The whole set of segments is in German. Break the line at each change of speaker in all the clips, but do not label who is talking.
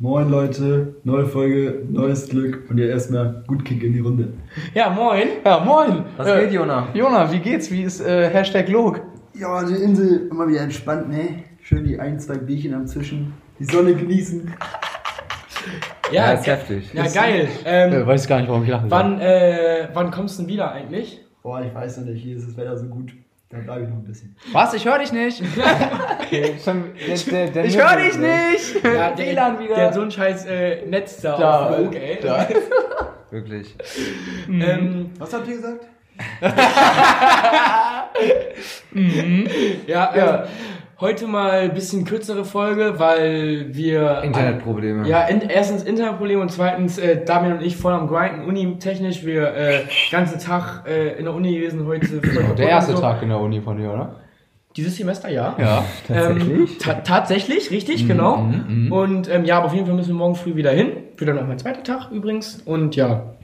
Moin Leute, neue Folge, neues Glück und ihr erstmal gut Kick in die Runde.
Ja, moin. Ja, moin. Äh,
Was geht, Jona?
Jona, wie geht's? Wie ist äh, Hashtag Log?
Ja, also die Insel immer wieder entspannt, ne? Schön die ein, zwei Bierchen am Zwischen, die Sonne genießen.
Ja,
ge-
ist heftig.
Ja, geil. Ähm,
weiß gar nicht, warum ich lachen
wann, äh, wann kommst du denn wieder eigentlich?
Boah, ich weiß noch nicht, hier ist das Wetter so gut. Da bleibe ich noch ein bisschen.
Was? Ich höre dich nicht. ich höre dich nicht.
Ja, der,
WLAN wieder.
Der hat so ein scheiß äh, Netz Äh, da
Da,
auf Vogue, ey.
da. Wirklich.
Ähm,
Was habt ihr gesagt?
ja,
Ja.
Ähm, heute mal ein bisschen kürzere Folge, weil wir...
Internetprobleme.
Ja, in, erstens Internetproblem und zweitens äh, Damian und ich voll am Grinden, Uni-technisch. Wir äh, ganzen Tag äh, in der Uni gewesen heute.
Der erste Tag in der Uni von dir, oder?
Dieses Semester, ja.
Ja.
Ähm, ta tatsächlich, richtig, genau. Und ähm, ja, aber auf jeden Fall müssen wir morgen früh wieder hin. Wieder noch mein zweiter Tag übrigens. Und ja,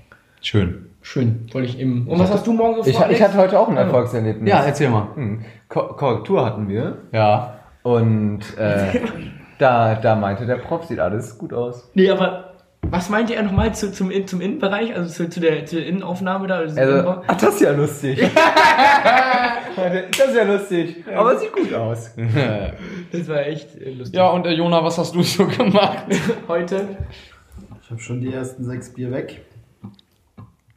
Schön.
schön, wollte ich eben. Und was hast du morgen
Ich,
gefragt?
ich hatte heute auch ein Erfolgserlebnis.
Ja, erzähl mal.
Hm. Ko- Korrektur hatten wir
Ja.
und äh, da, da meinte der Prof, sieht alles gut aus.
nee, aber was meint ihr nochmal zu, zum, In- zum Innenbereich? Also zu, zu, der, zu der Innenaufnahme da? Also,
Also, ach, das ist ja lustig. Meinte, das ist ja lustig. Aber sieht gut aus.
das war echt äh, lustig.
Ja, und äh, Jona, was hast du so gemacht?
heute.
Ich habe schon die ersten sechs Bier weg.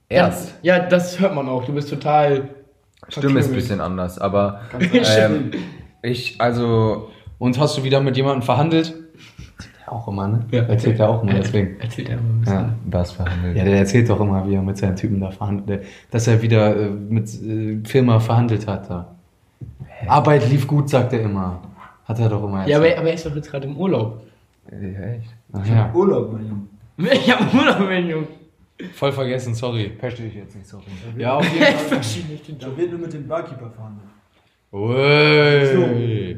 Erst.
Ja, das hört man auch. Du bist total.
Stimme ist ein
verknüppelt.
bisschen anders, aber ähm,
Stimmt.
ich, also,
Und hast du wieder mit jemandem verhandelt? Auch immer, ne? Ja. Erzählt er auch immer, deswegen.
Erzählt er mal ein bisschen.
ja, was verhandelt.
Ja, der erzählt doch immer, wie er mit seinen Typen da verhandelt, äh, dass er wieder äh, mit äh, Firma verhandelt hat da. Arbeit lief gut, sagt er immer. Hat er doch immer
Ja, aber, aber er ist doch jetzt gerade im Urlaub.
Ja, echt.
Ach ja,
Urlaub, mein Junge.
Ich hab Urlaub, mein Junge.
voll vergessen, sorry.
Verstehe ich jetzt nicht so. richtig.
Ja, auf jeden Fall.
Da wird nur mit dem Barkeeper verhandelt.
Ui.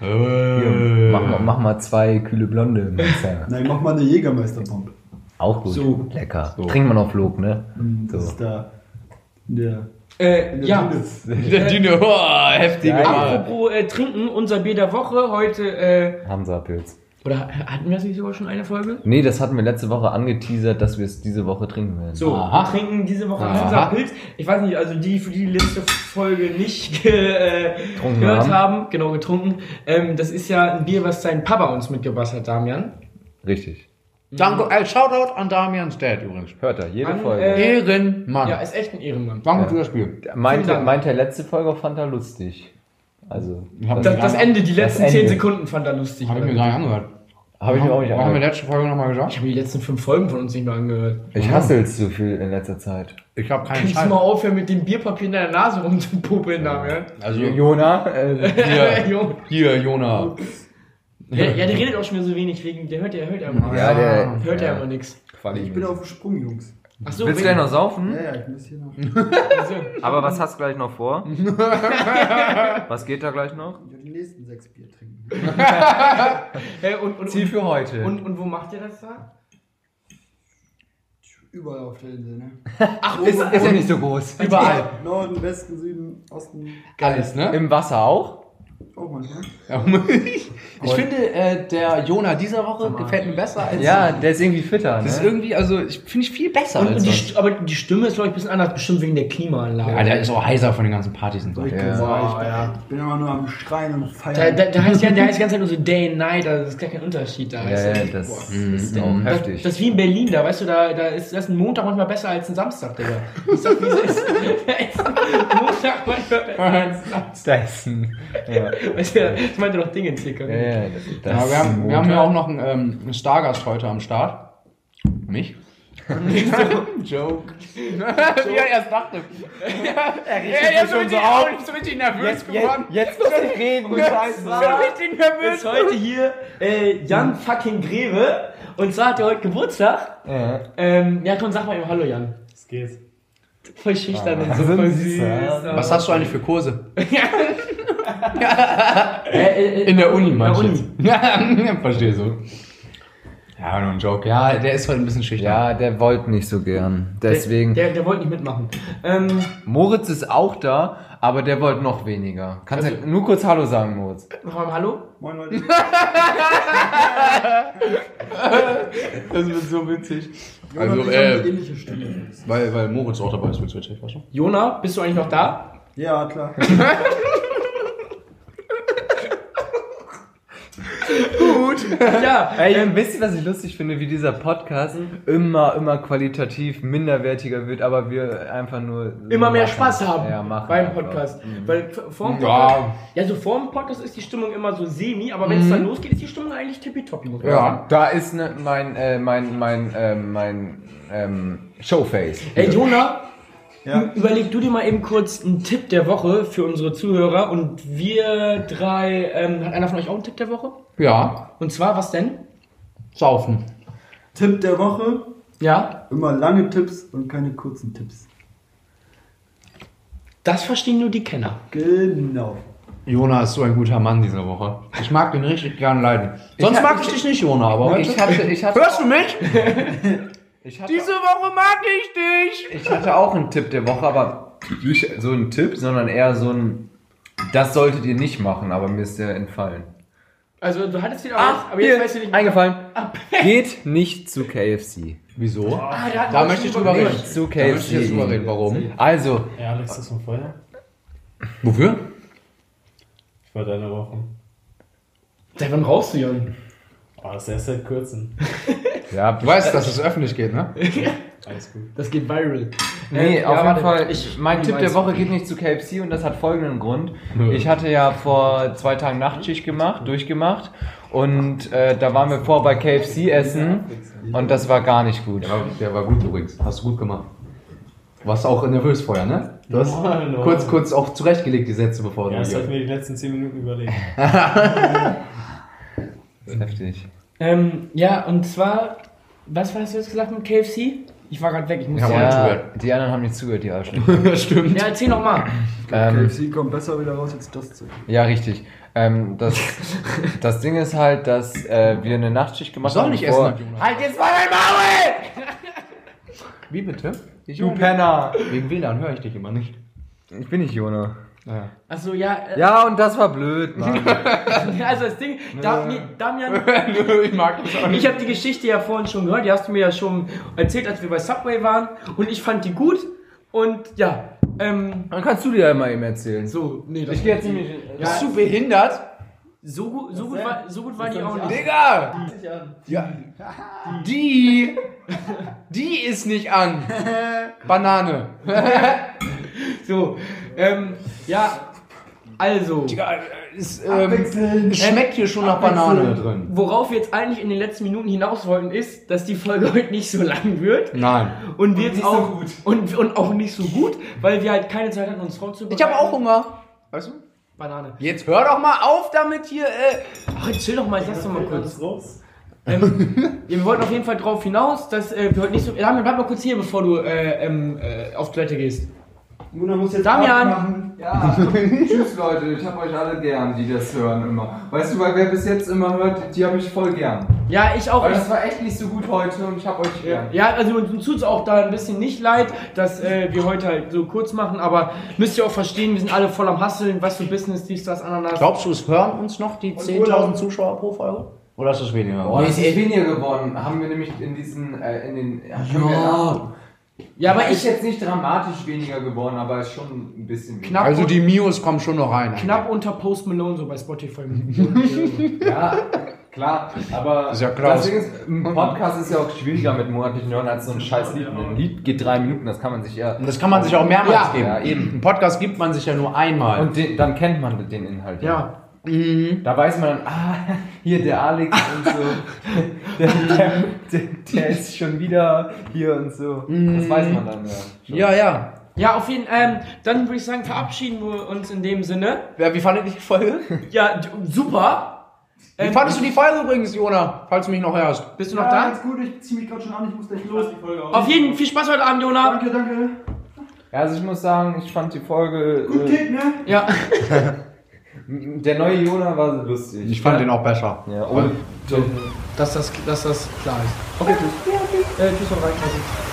Ui.
Mach, mal- mach mal zwei kühle Blonde im Mixer.
Nein, mach mal eine Jägermeisterpumpe.
Auch gut.
So.
Lecker.
So.
Trinkt man auf Lob, ne?
Das
So.
ist da in der, in
Äh,
der
ja.
Dune.
Der Dino, oh, heftig.
Ja.
Mann.
Apropos äh, Trinken, unser Bier der Woche heute, äh,
Hansa-Pilz.
oder hatten wir das nicht sogar schon eine Folge?
Nee, das hatten wir letzte Woche angeteasert, dass wir es diese Woche trinken werden.
So,
Aha.
wir trinken diese Woche
Aha.
Hansa Pilz. Ich weiß nicht, also die, für die letzte Folge nicht ge, äh,
Getrunken
gehört haben.
haben.
genau getrunken. Ähm, das ist ja ein Bier, was dein Papa uns mitgebracht hat, Damian.
Richtig.
Danke, äh, Shoutout an Damians Dad übrigens.
Hört er, jede
An,
Folge.
äh,
Ehrenmann.
Ja, ist echt ein Ehrenmann.
Danke
Ja.
für das Spiel.
vielen
meinte,
Dank.
meinte letzte Folge auch fand er lustig. Also,
Ich hab-
das
Das, das Ende, die letzten
Ende.
10 Sekunden fand er lustig.
Habe ich mir gar nicht angehört.
habe ich mir auch nicht
angehört. Haben wir
angehört.
letzte Folge nochmal
Ich
gesagt?
habe die letzten fünf Folgen von uns nicht mehr angehört.
Ich hasse es so viel in letzter Zeit.
Ich habe keine
Kannst du mal
Zeit.
aufhören, mit dem Bierpapier in deiner Nase rumzupuppeln, Damian?
Also,
Jona, äh,
hier,
Junge.
hier, Jona.
Ja, ja, der redet auch schon wieder so wenig wegen, der hört ja, hört ja immer.
ja, der
hört ja,
ja,
immer nix.
Quali
Ich bin auf dem Sprung, Jungs.
Ach so,
Willst du
wegen-
gleich noch saufen?
Ja, ja, ich muss hier noch.
ach so.
Aber was hast du gleich noch vor? was geht da gleich noch?
Ich will die nächsten sechs Bier trinken.
Hä, und, und,
Ziel
und,
für heute.
und, und wo macht ihr das da?
Überall auf der Insel, ne?
Ach, ist, ist ja nicht so groß.
Überall.
Norden, Westen, Süden, Osten.
Alles, ne?
Im Wasser auch?
Auch manchmal.
Ich finde, äh, der Jona dieser Woche gefällt mir besser als.
Ja, der ist irgendwie fitter. Ne?
Das ist irgendwie, also, ich finde ich viel besser
Und, und
als.
die,
sonst.
St- aber die Stimme ist, glaube ich, ein bisschen anders, bestimmt wegen der Klimaanlage.
Ja, der ist auch heiser von den ganzen Partys und so.
Ich,
Ja.
ja. sagen, ich, ich bin immer nur am Schreien und
Da,
Feiern.
da, da heißt ja, der heißt die ganze Zeit nur so Day and Night, also das ist gar kein Unterschied da.
ja, ja,
Boah,
das
das
ist mhm. auch
das,
heftig.
das ist wie in Berlin, da weißt du, da, da ist das ist ein Montag manchmal besser als ein Samstag, Digga. Ich sag, wie es ist. Da ist ein Montag manchmal besser als ein Samstag.
Dyson. Ja,
Weißt du, das meinte doch Dingens hier.
ja,
Kollege.
ja, das, das
Ja, wir, haben,
ist
wir haben ja auch noch einen ähm, einen Stargast heute am Start. Mich. Joke. Wie er erst dachte. er ist schon so auf. Ich bin richtig nervös
Jetzt, jetzt muss ich reden, du Scheiße.
richtig nervös. Ist heute hier äh, Jan fucking Greve. Und zwar hat er heute Geburtstag.
Ja.
Ähm, ja, komm, sag mal ihm Hallo, Jan.
Es geht.
Voll schüchtern und
Ah,
so
so
voll
ein
süß.
Süßer.
Was hast du eigentlich für Kurse?
äh, äh,
In der Uni,
der
meinst
Uni.
du? Ja, verstehe so. Ja, nur ein Joke. Ja, der ist heute ein bisschen schüchtern.
Ja, der wollte nicht so gern. Deswegen.
Der, der wollte nicht mitmachen. Ähm,
Moritz ist auch da, Aber der wollte noch weniger. Kannst ja nur kurz Hallo sagen, Moritz.
Nochmal Hallo?
Moin Leute.
Das wird so witzig.
Also,
Jonas, ich
äh,
hab eine ähnliche Stimme.
Weil, weil Moritz auch dabei ist, wird's witzig, weißt du?
Jona, bist du eigentlich noch da?
Ja, klar.
Ja.
Ey, wisst ihr, was ich lustig finde, wie dieser Podcast
Mhm.
immer, immer qualitativ minderwertiger wird, aber wir einfach nur
immer mehr
machen.
Spaß haben
ja, machen
beim
einfach. Mhm.
Podcast. Weil vor dem
Ja.
Podcast, ja. so vor dem Podcast ist die Stimmung immer so semi, aber wenn es dann losgeht, ist die Stimmung eigentlich tippitoppi. muss man sagen.
Mhm. Ja, da ist ne, mein, äh, mein, mein, äh, mein ähm, Showface.
Ey, Jona,
Ja.
überleg du dir mal eben kurz einen Tipp der Woche für unsere Zuhörer und wir drei, ähm, hat einer von euch auch einen Tipp der Woche?
Ja,
Und zwar, was denn?
saufen.
Tipp der Woche.
Ja,
Immer lange Tipps und keine kurzen Tipps.
das verstehen nur die Kenner.
Genau.
Jona ist so ein guter Mann diese Woche. Ich mag den richtig gern leiden. Sonst
hab-
mag ich dich nicht, Jona, aber heute.
Ich hatte, ich hatte,
Hörst du mich?
ich hatte,
Diese Woche mag ich dich!
ich hatte auch einen Tipp der Woche, aber nicht so einen Tipp, sondern eher so ein, das solltet ihr nicht machen, aber mir ist der entfallen.
Also du hattest den auch,
Ach,
aber jetzt weißt du nicht mehr.
Eingefallen. Geht nicht zu KFC.
Wieso?
Ah, da hatten wir
da
auch
möchte
schon
ich drüber
überlegt.
reden.
Zu
Da möchte ich jetzt drüber
KFC.
reden. Warum?
Also,
Ja, Alex ist ein Feuer.
Wofür?
Ich war deine rauchen.
Seit wann rauchst du, Jan?
Oh, das ist seit kurzem.
ja,
Du weißt, dass es öffentlich geht, ne?
Alles gut.
Das geht viral.
Nee,
Ähm,
auf
ja,
jeden
warte,
Fall.
ich-
mein
ich
Tipp der
weiß-
Woche geht nicht zu KFC und das hat folgenden Grund.
Nö.
Ich hatte ja vor zwei Tagen Nachtschicht gemacht, durchgemacht und äh, da waren wir vor bei KFC essen und das war gar nicht gut.
Ja, der war gut übrigens. Hast du gut gemacht. Warst auch nervös vorher, ne? Du hast
Moin, Leute.
kurz, kurz auch zurechtgelegt die Sätze, bevor du
Ja, das habe ich
hier...
mir die letzten 10 Minuten überlegt.
Heftig.
Ähm, ja, und zwar, was hast du jetzt gesagt mit KFC? Ich war gerade weg, ich muss
Ja,
ja.
Mann.
Ja,
Ja, die anderen haben nicht zugehört, die Arschlöcher.
Stimmt.
erzähl nochmal.
Ähm,
KFC kommt besser wieder raus als das Zeug.
ja, richtig. Ähm, das, das Ding ist halt, dass äh, wir eine Nachtschicht gemacht
Soll
haben.
nicht
vor-
essen, Jonas.
Halt jetzt mal dein Maul!
Wie bitte?
Du Penner!
Wegen WLAN höre ich dich immer nicht.
Ich bin nicht Jona.
Ja.
Achso, ja, äh,
Ja, und das war blöd, Mann.
also das Ding, Dami, Damian,
ich mag das auch
ich habe die Geschichte ja vorhin schon gehört, die hast du mir ja schon erzählt, als wir bei Subway waren und ich fand die gut und ja, ähm,
Dann kannst du dir ja mal eben erzählen.
so, nee, das
Ich gehe jetzt nämlich.
Bist du behindert?
so, gu- so, gut, war, so gut war die auch nicht.
Digga! Ja. Die. Die ist nicht an. Banane.
So, ähm, ja, also,
Digga, ist, ähm, es schmeckt hier schon nach Banane drin.
worauf wir jetzt eigentlich in den letzten Minuten hinaus wollten, ist, dass die Folge heute nicht so lang wird.
Nein.
Und wir jetzt auch Und, und auch nicht so gut, weil wir halt keine Zeit hatten, uns vorzubereiten.
Ich habe auch Hunger. Weißt du?
Banane.
Jetzt hör doch mal auf damit hier. Äh.
Ach, jetzt chill doch mal, ich lass doch mal kurz.
Alles raus.
Ähm, wir wollten auf jeden Fall drauf hinaus, dass äh, wir heute nicht so. Damian, bleib mal kurz hier, bevor du äh, ähm, äh, auf Toilette gehst.
Luna muss jetzt
Damian!
abmachen.
Ja, tschüss Leute, ich hab euch alle gern, die das hören immer. Weißt du, weil wer bis jetzt immer hört, die hab ich voll gern.
Ja, ich auch.
Weil
Ich,
das war echt nicht so gut heute und ich hab euch gern.
ja, also uns tut's auch da ein bisschen nicht leid, dass äh, wir heute halt so kurz machen, aber müsst ihr auch verstehen, wir sind alle voll am Hasseln, was für Business, dies, das, Ananas.
Glaubst du, es hören uns noch die 10.000 Zuschauer pro Folge? Oder ist das weniger?
Oh, das ist weniger geworden. Haben wir nämlich in diesen, äh, in den. Ja, können wir nach-
Ja, aber ich
ist jetzt nicht dramatisch weniger geworden, aber ist schon ein bisschen weniger.
knapp,
also die Mios kommen schon noch rein.
knapp unter Post Malone so bei Spotify.
Ja, klar, aber
Ist ja klar.
das Ding ist, ein Podcast ist ja auch schwieriger mit monatlichen Hörern als so ein scheiß Lied. Ein Lied geht drei Minuten, das kann man sich ja.
Und das kann man sich auch mehrmals
Ja.
geben.
Ja, eben.
Einen Podcast gibt man sich ja nur einmal.
Und den, dann kennt man den Inhalt.
ja.
Da weiß man dann, ah, hier der Alex und so. Der, der, der, der ist schon wieder hier und so. Das weiß man dann, ja. Schon.
Mhm. ja, ja.
Ja, auf jeden Fall. Ähm, dann würde ich sagen, verabschieden wir uns in dem Sinne.
Wer- Wie fandet ihr die Folge?
Ja, d- super.
Wie
Ähm,
fandest du die Folge übrigens, Jona? Falls du mich noch hörst.
Bist du
Ja,
noch
Alles
da?
gut, ich zieh mich gerade schon an, ich muss gleich los.
Auf jeden Fall viel Spaß heute Abend, Jona.
Danke, danke.
Ja, also ich muss sagen, ich fand die Folge.
Gut
Äh,
Kick, ne?
Ja.
der neue Jona war so lustig.
Ich fand den auch besser.
ja, ohne,
Dass das, dass das klar ist. Okay, tschüss. Äh, tschüss und rein.